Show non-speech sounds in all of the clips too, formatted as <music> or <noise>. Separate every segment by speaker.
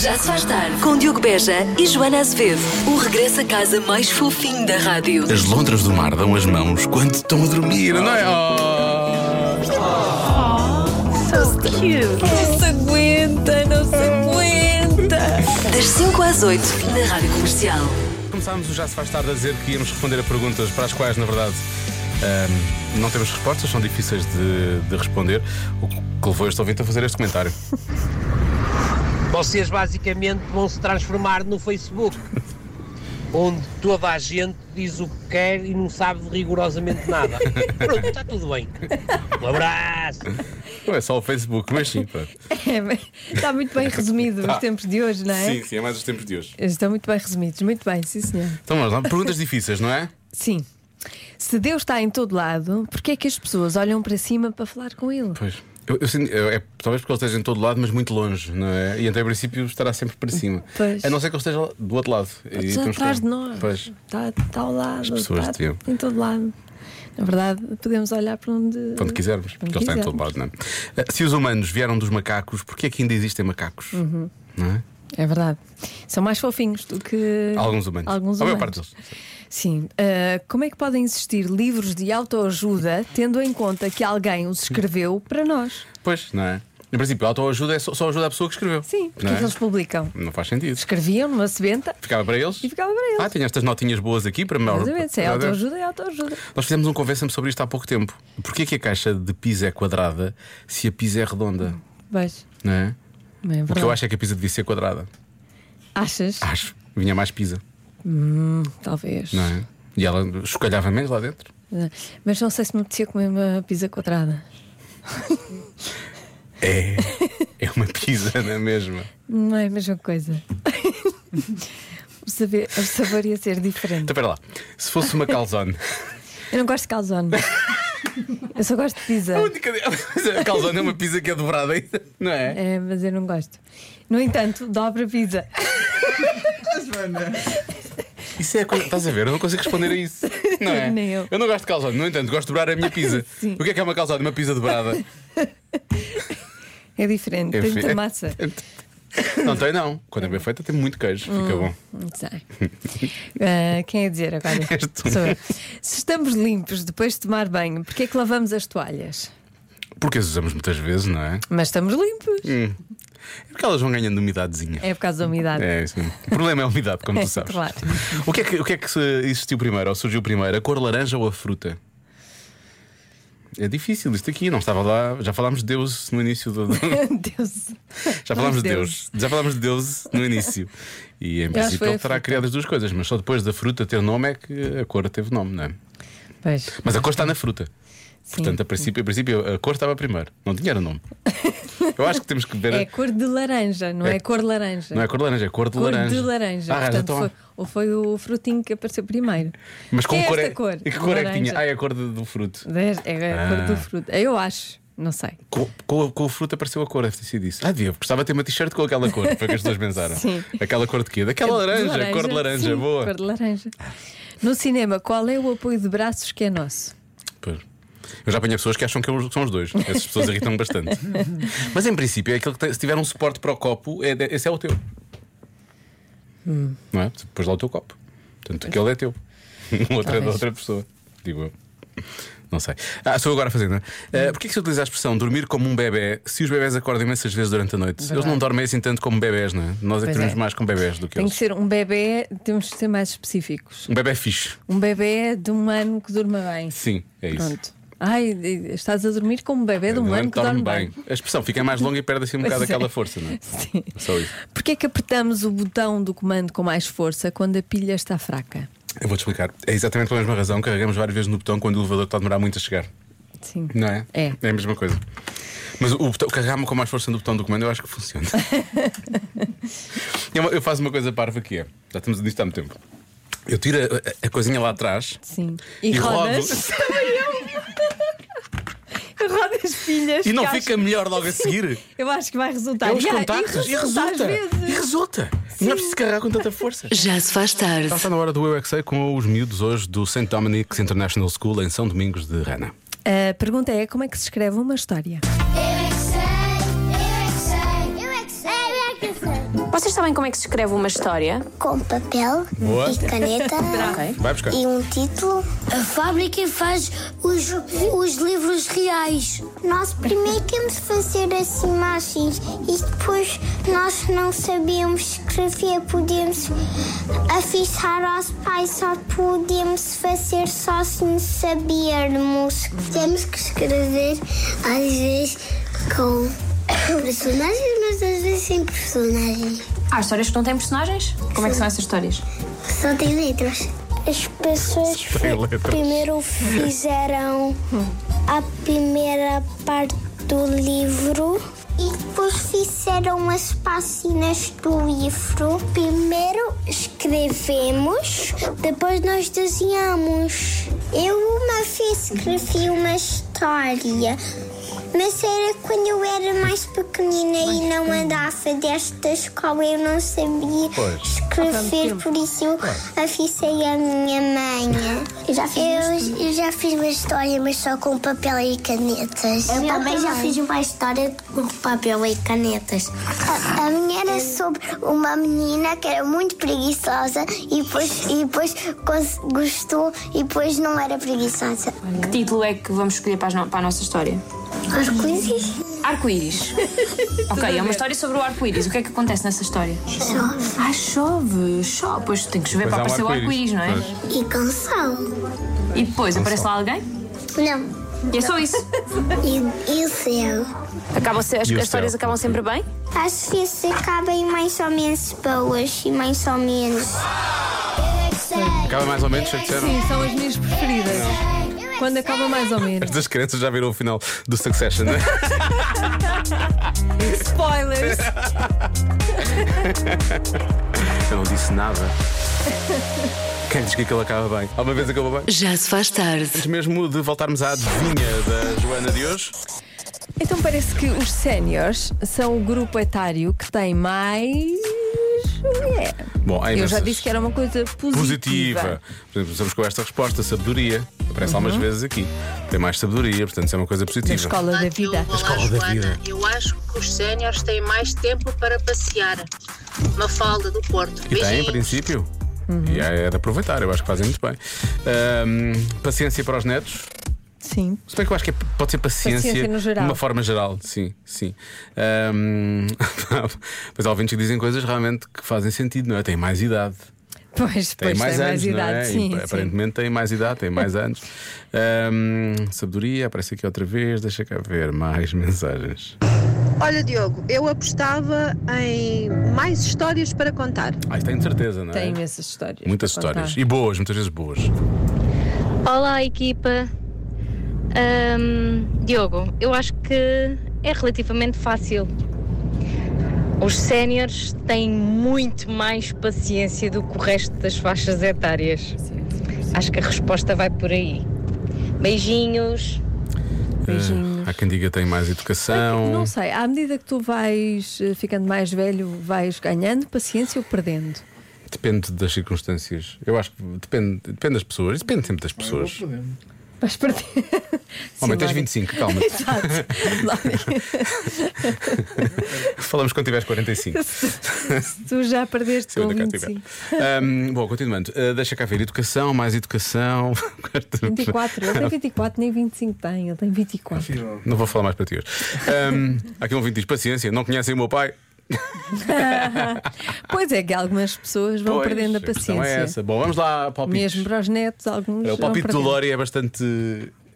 Speaker 1: Já se faz tarde com Diogo Beja e Joana Azevedo. O regresso a casa mais fofinho da rádio.
Speaker 2: As lontras do mar dão as mãos quando estão a dormir, não é? Oh!
Speaker 3: Não se aguenta, não se aguenta.
Speaker 1: Das 5 às 8 na rádio comercial.
Speaker 2: Começámos o Já se faz tarde a dizer que íamos responder a perguntas para as quais, na verdade, ahm, não temos respostas, são difíceis de, de responder, o que levou este ouvinte a fazer este
Speaker 3: <laughs>
Speaker 2: comentário.
Speaker 4: Vocês basicamente vão se transformar no Facebook, onde toda a gente diz o que quer e não sabe de rigorosamente nada. Pronto, está tudo bem. Um abraço.
Speaker 2: Não é só o Facebook, mas sim, pronto.
Speaker 3: É, está muito bem resumido
Speaker 2: Tá.
Speaker 3: os tempos de hoje, não é?
Speaker 2: Sim, sim, é mais os tempos de hoje.
Speaker 3: Estão muito bem resumidos, muito bem, sim senhor.
Speaker 2: Então vamos lá, perguntas difíceis, não é?
Speaker 3: Sim. Se Deus está em todo lado, porquê é que as pessoas olham para cima para falar com Ele?
Speaker 2: Pois. Eu, eu sinto- eu- é, talvez porque ele esteja em todo lado, mas muito longe, não é? E então, em princípio, estará sempre para cima.
Speaker 3: Pois.
Speaker 2: A não ser que ele esteja lá- do outro lado. E
Speaker 3: Está
Speaker 2: temos
Speaker 3: atrás
Speaker 2: que-
Speaker 3: de nós,
Speaker 2: Pois.
Speaker 3: está, está ao lado,
Speaker 2: pessoas
Speaker 3: está
Speaker 2: deviam.
Speaker 3: em todo lado. Na verdade, podemos olhar para onde,
Speaker 2: Quando quisermos, porque ele está em todo
Speaker 3: quisermos.
Speaker 2: lado, não é? Eh, Se os humanos vieram dos macacos, porquê é que ainda existem macacos? Não é?
Speaker 3: É verdade. São mais fofinhos do que
Speaker 2: Alguns humanos.
Speaker 3: Alguns
Speaker 2: A maior
Speaker 3: humanos.
Speaker 2: parte deles.
Speaker 3: Sim. Ah, como é que podem existir livros de autoajuda tendo em conta que alguém os escreveu para nós?
Speaker 2: Pois, não é? Em princípio, a autoajuda é só, só ajuda a pessoa que escreveu.
Speaker 3: Sim. Porque
Speaker 2: Não,
Speaker 3: é
Speaker 2: é?
Speaker 3: que eles publicam?
Speaker 2: Não faz sentido.
Speaker 3: Escreviam numa sebenta
Speaker 2: Ficava para eles.
Speaker 3: e ficava para eles.
Speaker 2: Ah, tenho estas notinhas boas aqui para melhor.
Speaker 3: Exatamente. Se é autoajuda, é autoajuda.
Speaker 2: Nós fizemos um conversa sobre isto há pouco tempo. Porquê é que a caixa de pizza é quadrada se a pizza é redonda?
Speaker 3: Vejo.
Speaker 2: Não é?
Speaker 3: Não é
Speaker 2: O que eu
Speaker 3: verdade.
Speaker 2: acho é que a pizza devia ser quadrada.
Speaker 3: Achas?
Speaker 2: Acho. Vinha mais pizza,
Speaker 3: Talvez.
Speaker 2: não é? E ela chocalhava menos lá dentro.
Speaker 3: Mas não sei se me apetecia comer uma pizza quadrada.
Speaker 2: É. É uma pizza, não é mesmo?
Speaker 3: Não é a mesma coisa. <laughs> o, saber, o sabor ia ser diferente.
Speaker 2: Então, espera lá. Se fosse uma calzone.
Speaker 3: Eu não gosto
Speaker 2: <laughs>
Speaker 3: de calzone. Eu só gosto de pizza.
Speaker 2: A única- A calzone é uma pizza que é dobrada ainda, não é?
Speaker 3: É, mas eu não gosto. No entanto, dobra pizza.
Speaker 2: Isso é. a coisa- Estás a ver? Eu não consigo responder a isso. Não é?
Speaker 3: Nem eu.
Speaker 2: não gosto de calzone, no entanto, gosto de dobrar a minha pizza.
Speaker 3: Sim.
Speaker 2: O que é que é uma calzone? Uma pizza dobrada.
Speaker 3: É diferente, tem
Speaker 2: Enfim.
Speaker 3: muita massa.
Speaker 2: Não tem, não. Quando é bem feita, tem muito queijo. Fica bom.
Speaker 3: Não sei. <laughs> Ah, quem é
Speaker 2: <laughs>
Speaker 3: dizer agora?
Speaker 2: És tu.
Speaker 3: Sou eu. Se estamos limpos depois de tomar banho, porquê é que lavamos as toalhas?
Speaker 2: Porque as usamos muitas vezes, não é?
Speaker 3: Mas estamos limpos.
Speaker 2: É porque elas vão ganhando umidadezinha.
Speaker 3: É por causa da umidade.
Speaker 2: É, isso mesmo. O problema é a umidade,
Speaker 3: <laughs>
Speaker 2: como tu sabes.
Speaker 3: Claro.
Speaker 2: O que é que, o que, é que se- existiu primeiro, ou surgiu primeiro? A cor laranja ou a fruta? É difícil isto aqui, não estava lá. Já falámos de Deus no início do.
Speaker 3: <laughs> <laughs> Deus.
Speaker 2: Já falámos de
Speaker 3: Deus.
Speaker 2: Deus. Já falámos de Deus no início. E em
Speaker 3: acho que
Speaker 2: princípio
Speaker 3: foi
Speaker 2: ele
Speaker 3: a
Speaker 2: terá
Speaker 3: fruta.
Speaker 2: criado as duas coisas, mas só depois da fruta ter nome é que a cor teve nome, não é?
Speaker 3: Pois,
Speaker 2: Mas a cor está na fruta.
Speaker 3: sim.
Speaker 2: Portanto, a princípio, a princípio a cor estava primeiro. Não tinha era
Speaker 3: <laughs>
Speaker 2: nome. Eu acho que temos que ver.
Speaker 3: É cor de laranja, não é,
Speaker 2: É-
Speaker 3: cor laranja.
Speaker 2: Não é cor de laranja, é cor de
Speaker 3: cor
Speaker 2: laranja.
Speaker 3: de laranja.
Speaker 2: Ah,
Speaker 3: Portanto,
Speaker 2: então-
Speaker 3: foi, ou foi o frutinho que apareceu primeiro.
Speaker 2: Mas com
Speaker 3: é
Speaker 2: cor
Speaker 3: esta
Speaker 2: é.
Speaker 3: cor?
Speaker 2: E que cor é que tinha?
Speaker 3: Laranja.
Speaker 2: Ah, é a cor do, do fruto.
Speaker 3: Dez- É a
Speaker 2: Ah.
Speaker 3: cor do fruto. Eu acho, não sei.
Speaker 2: Com, com, a- com o fruto apareceu a cor, deve ter sido isso. Ah, devia, gostava de ter uma t-shirt com aquela cor, foi o que as pessoas pensaram.
Speaker 3: <laughs> Sim.
Speaker 2: Aquela cor de quê? Daquela
Speaker 3: De
Speaker 2: É laranja, cor de laranja,
Speaker 3: sim,
Speaker 2: boa.
Speaker 3: Cor de laranja. No cinema, qual é o apoio de braços que é nosso?
Speaker 2: Pois. Eu já apanhei pessoas que acham que são os dois. Essas pessoas irritam bastante. Mas em princípio, é aquele que tem- se tiver um suporte para o copo, é, de- esse é o teu.
Speaker 3: Hum.
Speaker 2: Não é? Depois lá o teu copo. Portanto, aquele é teu. <laughs> O outro é da
Speaker 3: Talvez.
Speaker 2: outra pessoa. Digo eu. Não sei. Ah, sou eu agora fazendo.
Speaker 3: Hum.
Speaker 2: Uh, Porquê que se utiliza a expressão dormir como um bebê se os bebés acordam imensas vezes durante a noite? Eles não dormem assim tanto como bebés, não é? Nós é que
Speaker 3: Pois
Speaker 2: dormimos
Speaker 3: é.
Speaker 2: mais com bebés do que
Speaker 3: Tem que
Speaker 2: eles.
Speaker 3: ser um bebê, temos que ser mais específicos.
Speaker 2: Um bebê fixe.
Speaker 3: Um bebê de um ano que durma bem.
Speaker 2: Sim, é isso.
Speaker 3: Pronto. Ai, estás a dormir como um bebê de um ano que dorme bem.
Speaker 2: A expressão fica mais longa e perde assim um
Speaker 3: Pois
Speaker 2: bocado
Speaker 3: é.
Speaker 2: aquela força, não é?
Speaker 3: <laughs> Sim.
Speaker 2: Só isso.
Speaker 3: Porquê é que apertamos o botão do comando com mais força quando a pilha está fraca?
Speaker 2: Eu vou-te explicar. É exatamente pela mesma razão que carregamos várias vezes no botão quando o elevador está a demorar muito a chegar.
Speaker 3: Sim.
Speaker 2: Não é?
Speaker 3: É.
Speaker 2: a mesma coisa. Mas o botão, carregar-me com mais força no botão do comando eu acho que funciona.
Speaker 3: <laughs>
Speaker 2: eu, eu faço uma coisa parva que é. Já estamos nisto há muito tempo. Eu tiro a, a- a coisinha lá atrás
Speaker 3: Sim. E,
Speaker 2: rodo. <laughs>
Speaker 3: rodas, rodas pilhas.
Speaker 2: E não
Speaker 3: que
Speaker 2: fica
Speaker 3: acho-
Speaker 2: melhor logo a
Speaker 3: <laughs>
Speaker 2: seguir.
Speaker 3: Eu acho que vai resultar.
Speaker 2: É os
Speaker 3: E há-
Speaker 2: contactos.
Speaker 3: E resulta.
Speaker 2: E
Speaker 3: às vezes.
Speaker 2: resulta. Não é preciso carregar com tanta
Speaker 3: <laughs>
Speaker 2: força.
Speaker 1: Já se faz tarde.
Speaker 2: Então Está na hora do Eu é Que Sei com os miúdos hoje do St. Dominic's International School em São Domingos de Rana.
Speaker 3: A pergunta é como é que se escreve uma história?
Speaker 5: Eu é que sei, eu é que sei, eu é que sei, eu é que sei. Vocês sabem como é que se escreve uma história?
Speaker 6: Com papel
Speaker 2: Boa.
Speaker 6: e caneta
Speaker 5: Ok.
Speaker 2: Vai buscar.
Speaker 6: e um título.
Speaker 7: A fábrica faz os, os livros reais.
Speaker 6: Nós primeiro temos de fazer as imagens e depois nós não sabíamos escrever, podíamos afixar aos pais, só podíamos fazer só se nos sabermos. Temos que escrever às vezes com <coughs> personagens, mas às vezes sem personagens.
Speaker 5: Há histórias que não têm personagens? Como é que são essas histórias?
Speaker 6: Só tem letras. As pessoas
Speaker 2: Tem letras.
Speaker 6: primeiro fizeram a primeira parte do livro e depois fizeram as páginas do livro. Primeiro escrevemos, depois nós desenhamos. Eu uma vez escrevi uma história. Mas era quando eu era mais pequenina e não andava desta escola, eu não sabia
Speaker 2: Pois.
Speaker 6: escrever, por isso eu avisei a minha mãe. Eu já fiz, eu, já fiz uma história, mas só com papel e canetas. Eu também já fiz uma história com papel e canetas. A, a minha era sobre uma menina que era muito preguiçosa e depois, e depois cons- gostou e depois não era preguiçosa.
Speaker 5: Que título é que vamos escolher para, as no- para a nossa história?
Speaker 6: As coisas
Speaker 5: Arco-íris. <laughs> ok, é uma história sobre o arco-íris. O que é que acontece nessa história?
Speaker 6: chove
Speaker 5: Ah, chove, chove. Pois tem que chover
Speaker 2: Pois
Speaker 5: para
Speaker 2: há um
Speaker 5: aparecer o arco-íris,
Speaker 2: arco-íris,
Speaker 5: não é?
Speaker 6: e com sol.
Speaker 5: E depois aparece lá alguém?
Speaker 6: Não.
Speaker 5: E é só isso.
Speaker 6: E, e o céu?
Speaker 5: Acabam se- as,
Speaker 2: E o
Speaker 5: as histórias
Speaker 2: céu?
Speaker 5: acabam sempre bem?
Speaker 6: Às vezes acabam mais ou menos boas e mais ou menos. Eu é que sei.
Speaker 2: Acaba mais ou menos, já disseram?
Speaker 3: Sim, são as minhas preferidas. Quando acaba mais
Speaker 2: <laughs>
Speaker 3: ou menos.
Speaker 2: Estas crianças já viram o final do Succession, não é?
Speaker 3: Spoilers!
Speaker 2: Eu não disse nada. Quem diz que aquilo acaba bem? Alguma vez acabou bem?
Speaker 1: Já se faz tarde.
Speaker 2: Antes mesmo de voltarmos à adivinha da Joana de hoje,
Speaker 3: Então parece que os séniores são o grupo etário que tem mais. mulher.
Speaker 2: Bom, há
Speaker 3: Eu já
Speaker 2: imensas.
Speaker 3: disse que era uma coisa
Speaker 2: positiva.
Speaker 3: positiva. Uhum.
Speaker 2: Por exemplo, estamos com esta resposta, sabedoria. Aparece algumas vezes aqui. Tem mais sabedoria, portanto, isso é uma coisa
Speaker 3: Na
Speaker 2: positiva.
Speaker 3: escola da vida.
Speaker 8: Olá,
Speaker 2: escola da
Speaker 8: Joana.
Speaker 2: vida.
Speaker 8: Eu acho que os séniores têm mais tempo para passear. Uma falda do Porto.
Speaker 2: E tem, em
Speaker 8: Beijinhos.
Speaker 2: princípio.
Speaker 3: Uhum.
Speaker 2: E é de aproveitar, eu acho que fazem muito bem. Ahm, paciência para os netos.
Speaker 3: Sim.
Speaker 2: Se bem que eu acho que é- pode ser paciência,
Speaker 3: Paciência no geral.
Speaker 2: de uma forma geral, sim, sim. Ahm, <laughs> mas há ouvintes que dizem coisas realmente que fazem sentido, não é? Tem mais idade.
Speaker 3: Pois,
Speaker 2: Tem
Speaker 3: pois,
Speaker 2: mais
Speaker 3: tem
Speaker 2: anos,
Speaker 3: mais idade.
Speaker 2: não é? E
Speaker 3: Sim, sim.
Speaker 2: aparentemente tem mais idade, tem mais anos. Ahm, sabedoria, aparece aqui outra vez, deixa cá ver mais mensagens.
Speaker 9: Olha, Diogo, eu apostava em mais histórias para contar.
Speaker 2: Ah, isto tenho certeza, não é?
Speaker 3: Tem imensas histórias.
Speaker 2: Muitas
Speaker 3: para contar.
Speaker 2: histórias. E boas, muitas vezes boas.
Speaker 10: Olá, equipa. Ahm, Diogo, eu acho que é relativamente fácil. Os séniores têm muito mais paciência do que o resto das faixas etárias. Acho que a resposta vai por aí. Beijinhos.
Speaker 2: Ah, há quem diga tem mais educação.
Speaker 3: Não sei, à medida que tu vais eh, ficando mais velho, vais ganhando paciência ou perdendo?
Speaker 2: Depende das circunstâncias. Eu acho que depende, depende das pessoas. Isso depende sempre das pessoas.
Speaker 3: Vais perder. <laughs>
Speaker 2: Homem,
Speaker 3: Sim,
Speaker 2: tens
Speaker 3: Lória.
Speaker 2: 25, calma. <laughs>
Speaker 3: Exato. <laughs> Lória,
Speaker 2: Falamos quando tiveres 45.
Speaker 3: tu já perdeste
Speaker 2: Se eu
Speaker 3: com
Speaker 2: ainda cá tiver.
Speaker 3: 25.
Speaker 2: Ahm, bom, continuando. Ah, deixa cá ver. Educação, mais educação. <laughs>
Speaker 3: 24, ele tem 24, nem 25 tem, ele tem 24.
Speaker 2: Não vou falar mais para ti hoje. Ahm, há aqui um ouvinte diz: paciência, não conhecem o meu pai?
Speaker 3: Pois é, que algumas pessoas vão
Speaker 2: Pois,
Speaker 3: perdendo a
Speaker 2: questão
Speaker 3: paciência.
Speaker 2: É essa. Bom, vamos lá, palpites.
Speaker 3: Mesmo para os netos, alguns.
Speaker 2: o
Speaker 3: vão
Speaker 2: palpite do
Speaker 3: perdendo.
Speaker 2: Lori é bastante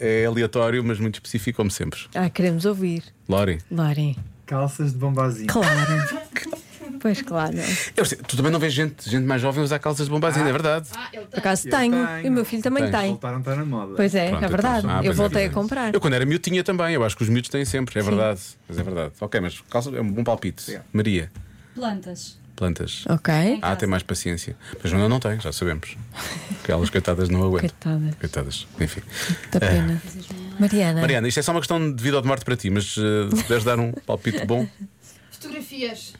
Speaker 2: é aleatório, mas muito específico, como sempre.
Speaker 3: Ah, queremos ouvir.
Speaker 2: Lori.
Speaker 3: Lori,
Speaker 11: Calças de bombazinho.
Speaker 3: claro. pois claro.
Speaker 2: Eu sei, tu também não vês gente, gente mais jovem usar calças de bombazinho, é verdade.
Speaker 3: Por acaso
Speaker 11: Eu
Speaker 3: tenho.
Speaker 11: tenho.
Speaker 3: E o meu filho também
Speaker 2: Tens.
Speaker 3: tem.
Speaker 11: Voltaram a estar na moda.
Speaker 3: Pois é,
Speaker 2: Pronto,
Speaker 3: é verdade.
Speaker 2: então- Ah,
Speaker 3: eu
Speaker 2: pois é,
Speaker 3: voltei a
Speaker 2: pois é.
Speaker 3: comprar.
Speaker 2: Eu quando era miúdo tinha também, eu acho que os miúdos têm sempre, é verdade. Mas é verdade. Ok, mas calças é um bom palpite. Maria,
Speaker 10: Plantas.
Speaker 2: plantas.
Speaker 3: Ok.
Speaker 2: Ah, tem mais paciência. Mas Joana não tem, já
Speaker 3: <laughs>
Speaker 2: sabemos. Que elas coitadas não aguentam.
Speaker 3: Coitadas.
Speaker 2: Coitadas. Enfim.
Speaker 3: Da pena. Mariana.
Speaker 2: É. Mariana, isto é só uma questão de vida ou de morte para ti, mas eh, se puderes dar um palpite bom.
Speaker 9: Fotografias.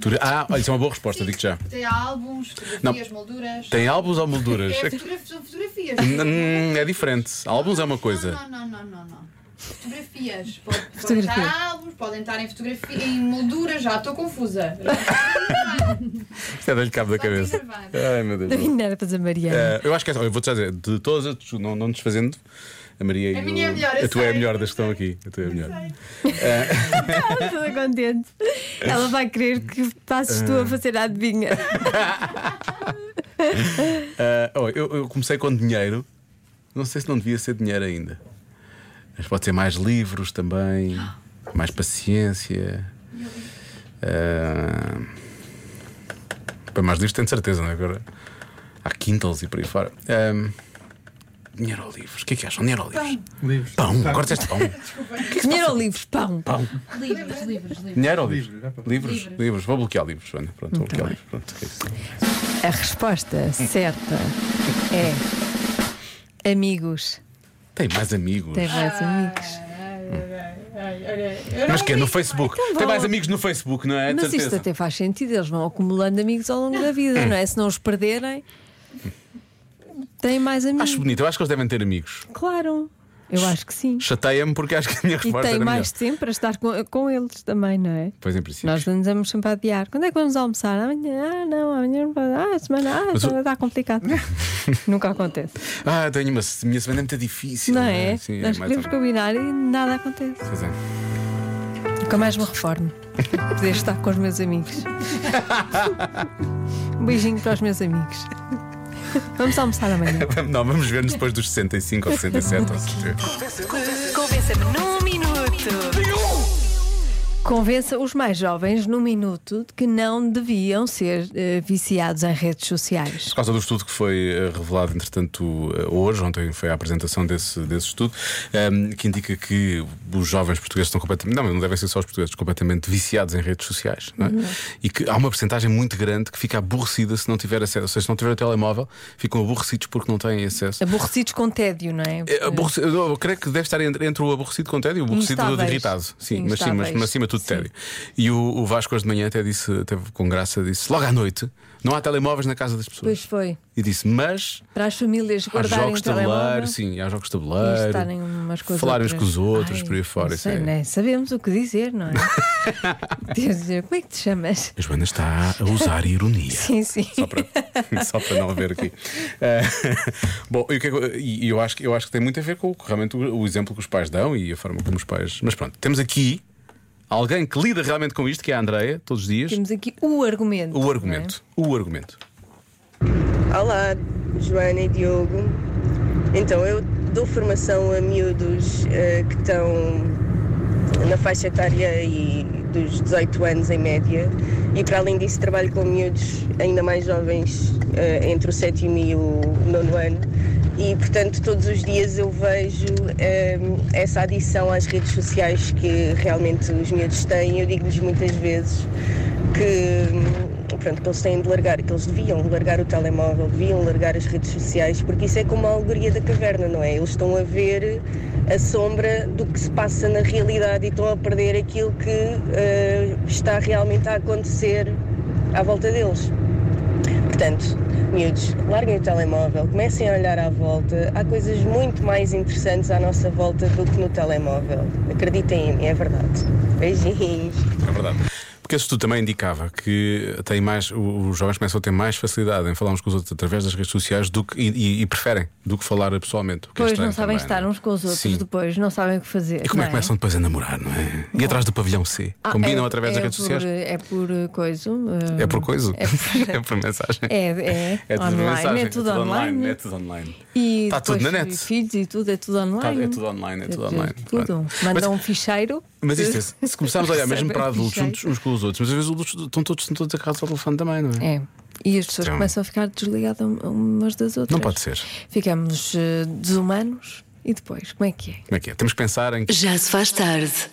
Speaker 2: tu- Ah, olha, isso é uma boa resposta, digo já.
Speaker 9: Tem álbuns, fotografias, molduras.
Speaker 2: Tem álbuns ou
Speaker 3: <laughs>
Speaker 2: molduras?
Speaker 9: É
Speaker 2: É, que-
Speaker 9: fotogra- são fotografias.
Speaker 2: Hum, é diferente. Álbuns é uma coisa.
Speaker 9: Não, não, não, não, não. Fotografias. Pode, podem
Speaker 3: Fotografias.
Speaker 9: estar álbuns, podem estar em fotografia, em molduras, já estou confusa.
Speaker 2: Já dei-lhe cabo é da cabeça. Ai, meu Deus.
Speaker 3: Não tenho nada para dizer, Mariana.
Speaker 2: Eh, eu acho que é. Olha, vou-te já dizer, de todas, eu te- não, não desfazendo, a Maria e
Speaker 3: A minha
Speaker 2: o-
Speaker 3: é melhor, eu
Speaker 2: A tua é a
Speaker 3: sei.
Speaker 2: melhor das que estão aqui. A tua é a melhor. É.
Speaker 3: Ela toda contente. Ela vai querer que passes tu a fazer a adivinha.
Speaker 2: <laughs> Ah, oh, eu, eu comecei com dinheiro. Não sei se não devia ser dinheiro ainda. Mas pode ser mais livros também, mais paciência. Ah, Para mais livros tenho certeza, não é? Agora há Kindles e por aí fora. Ah, Dinheiro ou livros? O que é que acham? Dinheiro ou livros? Livros. Pão, agora disseste pão.
Speaker 3: Dinheiro ou livros? Pão.
Speaker 2: Pão.
Speaker 5: Livros, livros, livros.
Speaker 2: Dinheiro ou livros? Livros, livros. Vou bloquear livros, Joana. Pronto,
Speaker 3: Então
Speaker 2: vou bloquear livros. Pronto, é isso.
Speaker 3: A resposta certa é amigos.
Speaker 2: Tem mais amigos.
Speaker 3: Tem mais amigos.
Speaker 2: Mas que é no Facebook.
Speaker 3: Então
Speaker 2: Tem
Speaker 3: vá.
Speaker 2: mais amigos no Facebook, não é? De
Speaker 3: Mas isto
Speaker 2: certeza.
Speaker 3: até faz sentido, eles vão acumulando amigos ao longo da vida, não é? Se não os perderem, têm mais amigos.
Speaker 2: Acho bonito, eu acho que eles devem ter amigos.
Speaker 3: Claro, eu acho que sim.
Speaker 2: Chateia-me porque acho que a minha
Speaker 3: E
Speaker 2: resposta
Speaker 3: têm
Speaker 2: era
Speaker 3: mais
Speaker 2: melhor.
Speaker 3: tempo para estar com, com eles também, não é?
Speaker 2: Pois em princípio.
Speaker 3: Nós nos vamos sempre a adiar. Quando é que vamos almoçar? Amanhã? Ah, não, amanhã não pode. Ah, a semana. Ah, a
Speaker 2: Mas o-
Speaker 3: semana
Speaker 2: <laughs>
Speaker 3: está complicado. Nunca acontece.
Speaker 2: Ah, tenho uma. A minha semana é muito difícil.
Speaker 3: não é?
Speaker 2: Sim,
Speaker 3: Nós
Speaker 2: é mais ou
Speaker 3: podemos
Speaker 2: menos.
Speaker 3: combinar e nada acontece.
Speaker 2: Pois é.
Speaker 3: Nunca mais me reformo. Poder estar com os meus <laughs> amigos. Um beijinho para os meus amigos. Vamos almoçar amanhã.
Speaker 2: é. <laughs> Não, vamos ver-nos depois dos 65 ou 67. ou 68.
Speaker 1: Convença-me num minuto.
Speaker 3: Convença os mais jovens, num minuto, de que não deviam ser eh, viciados em redes sociais.
Speaker 2: Por causa do estudo que foi eh, revelado, entretanto, eh, hoje, ontem foi a apresentação desse, desse estudo, ehm, que indica que os jovens portugueses estão completamente. Não, mas não devem ser só os portugueses, completamente viciados em redes sociais. não é?
Speaker 3: Uhum.
Speaker 2: E que há uma porcentagem muito grande que fica aborrecida se não tiver acesso. Ou seja, se não tiver o telemóvel, ficam aborrecidos porque não têm acesso.
Speaker 3: Aborrecidos com tédio, não é?
Speaker 2: É, aborreci- eu eu creio que deve estar entre, entre o aborrecido com tédio e o aborrecido
Speaker 3: Instáveis.
Speaker 2: de irritado. Sim, mas, sim
Speaker 3: Instáveis.
Speaker 2: mas, mas acima de tudo tédio. E o, o Vasco hoje de manhã até disse, teve com graça, disse logo à noite: não há telemóveis na casa das pessoas.
Speaker 3: Pois foi.
Speaker 2: E disse, mas
Speaker 3: Para as famílias
Speaker 2: há
Speaker 3: guardarem
Speaker 2: jogos
Speaker 3: o
Speaker 2: de tabuleiro,
Speaker 3: telemóvel
Speaker 2: sim, há jogos de
Speaker 3: e
Speaker 2: tabuleiro.
Speaker 3: estarem umas coisas.
Speaker 2: falar uns
Speaker 3: outras.
Speaker 2: com os outros,
Speaker 3: Ai,
Speaker 2: por aí fora.
Speaker 3: não
Speaker 2: isso
Speaker 3: sei, né?
Speaker 2: é.
Speaker 3: nem Sabemos o que
Speaker 2: <laughs>
Speaker 3: dizer, não é? Deus dizer, como é que te chamas?
Speaker 2: A Joana está
Speaker 3: <laughs>
Speaker 2: a usar ironia.
Speaker 3: Sim, sim.
Speaker 2: Só para, <laughs> só para não haver aqui. Eh, <laughs> bom, e o que é que- e eu, acho, que- eu acho que tem muito a ver com o- realmente o, o exemplo que os pais dão e a forma como os pais. Mas pronto, temos aqui alguém que lida realmente com isto, que é a Andreia, todos os dias.
Speaker 3: Temos aqui o argumento. não
Speaker 2: O
Speaker 3: é?
Speaker 2: argumento. O argumento.
Speaker 11: Olá, Joana e Diogo. Então, eu dou formação a miúdos eh, que estão na faixa etária e dos 18 anos em média e para além disso trabalho com miúdos ainda mais jovens eh, entre o sétimo e o nono ano e portanto todos os dias eu vejo eh, essa adição às redes sociais que realmente os miúdos têm eu digo-lhes muitas vezes que pronto, que eles têm de largar, que eles deviam largar o telemóvel, deviam largar as redes sociais, porque isso é como a alegoria da caverna, não é? Eles estão a ver a sombra do que se passa na realidade e estão a perder aquilo que eh, está realmente a acontecer à volta deles. Portanto, miúdos, larguem o telemóvel, comecem a olhar à volta. Há coisas muito mais interessantes à nossa volta do que no telemóvel. Acreditem em mim, é verdade. Beijinhos.
Speaker 2: É verdade. Porque esse estudo também indicava que tem mais, o- os jovens começam a ter mais facilidade em falar uns com os outros através das redes sociais do que, e, e- e preferem do que falar pessoalmente. o que é
Speaker 3: Depois
Speaker 2: estranho
Speaker 3: não sabem
Speaker 2: também,
Speaker 3: estar
Speaker 2: não é?
Speaker 3: uns com os outros,
Speaker 2: Sim.
Speaker 3: depois não sabem o que fazer.
Speaker 2: E como é que
Speaker 3: não
Speaker 2: começam depois a namorar, não é? E atrás do pavilhão C.
Speaker 3: Ah,
Speaker 2: Combinam
Speaker 3: é-
Speaker 2: através
Speaker 3: é
Speaker 2: das redes
Speaker 3: por-
Speaker 2: sociais.
Speaker 3: É por uh, coisa.
Speaker 2: É por coisa?
Speaker 3: É por-
Speaker 2: <laughs> É por mensagem.
Speaker 3: É, é,
Speaker 2: É tudo
Speaker 3: online,
Speaker 2: mensagem,
Speaker 3: é tudo online.
Speaker 2: É tudo online.
Speaker 3: eh, E
Speaker 2: Está tá tudo
Speaker 3: depois
Speaker 2: na net.
Speaker 3: Feeds e tudo, é tudo
Speaker 2: Tá-
Speaker 3: online.
Speaker 2: é tudo online, é tudo online.
Speaker 3: Tudo.
Speaker 2: Pronto.
Speaker 3: Manda
Speaker 2: Mas-
Speaker 3: um ficheiro.
Speaker 2: Mas isto é, se começarmos
Speaker 3: <laughs>
Speaker 2: a olhar mesmo
Speaker 3: Recebe
Speaker 2: para adultos
Speaker 3: ficheiro.
Speaker 2: juntos uns com os outros, mas às vezes os adultos estão todos, estão todos agarrados ao telefone também, não é?
Speaker 3: É. E as pessoas
Speaker 2: Então-
Speaker 3: começam a ficar desligadas um- umas das outras.
Speaker 2: Não pode ser.
Speaker 3: Ficamos eh, desumanos e depois, como é que é?
Speaker 2: Como é que é? Temos que pensar em que.
Speaker 1: Já se faz tarde.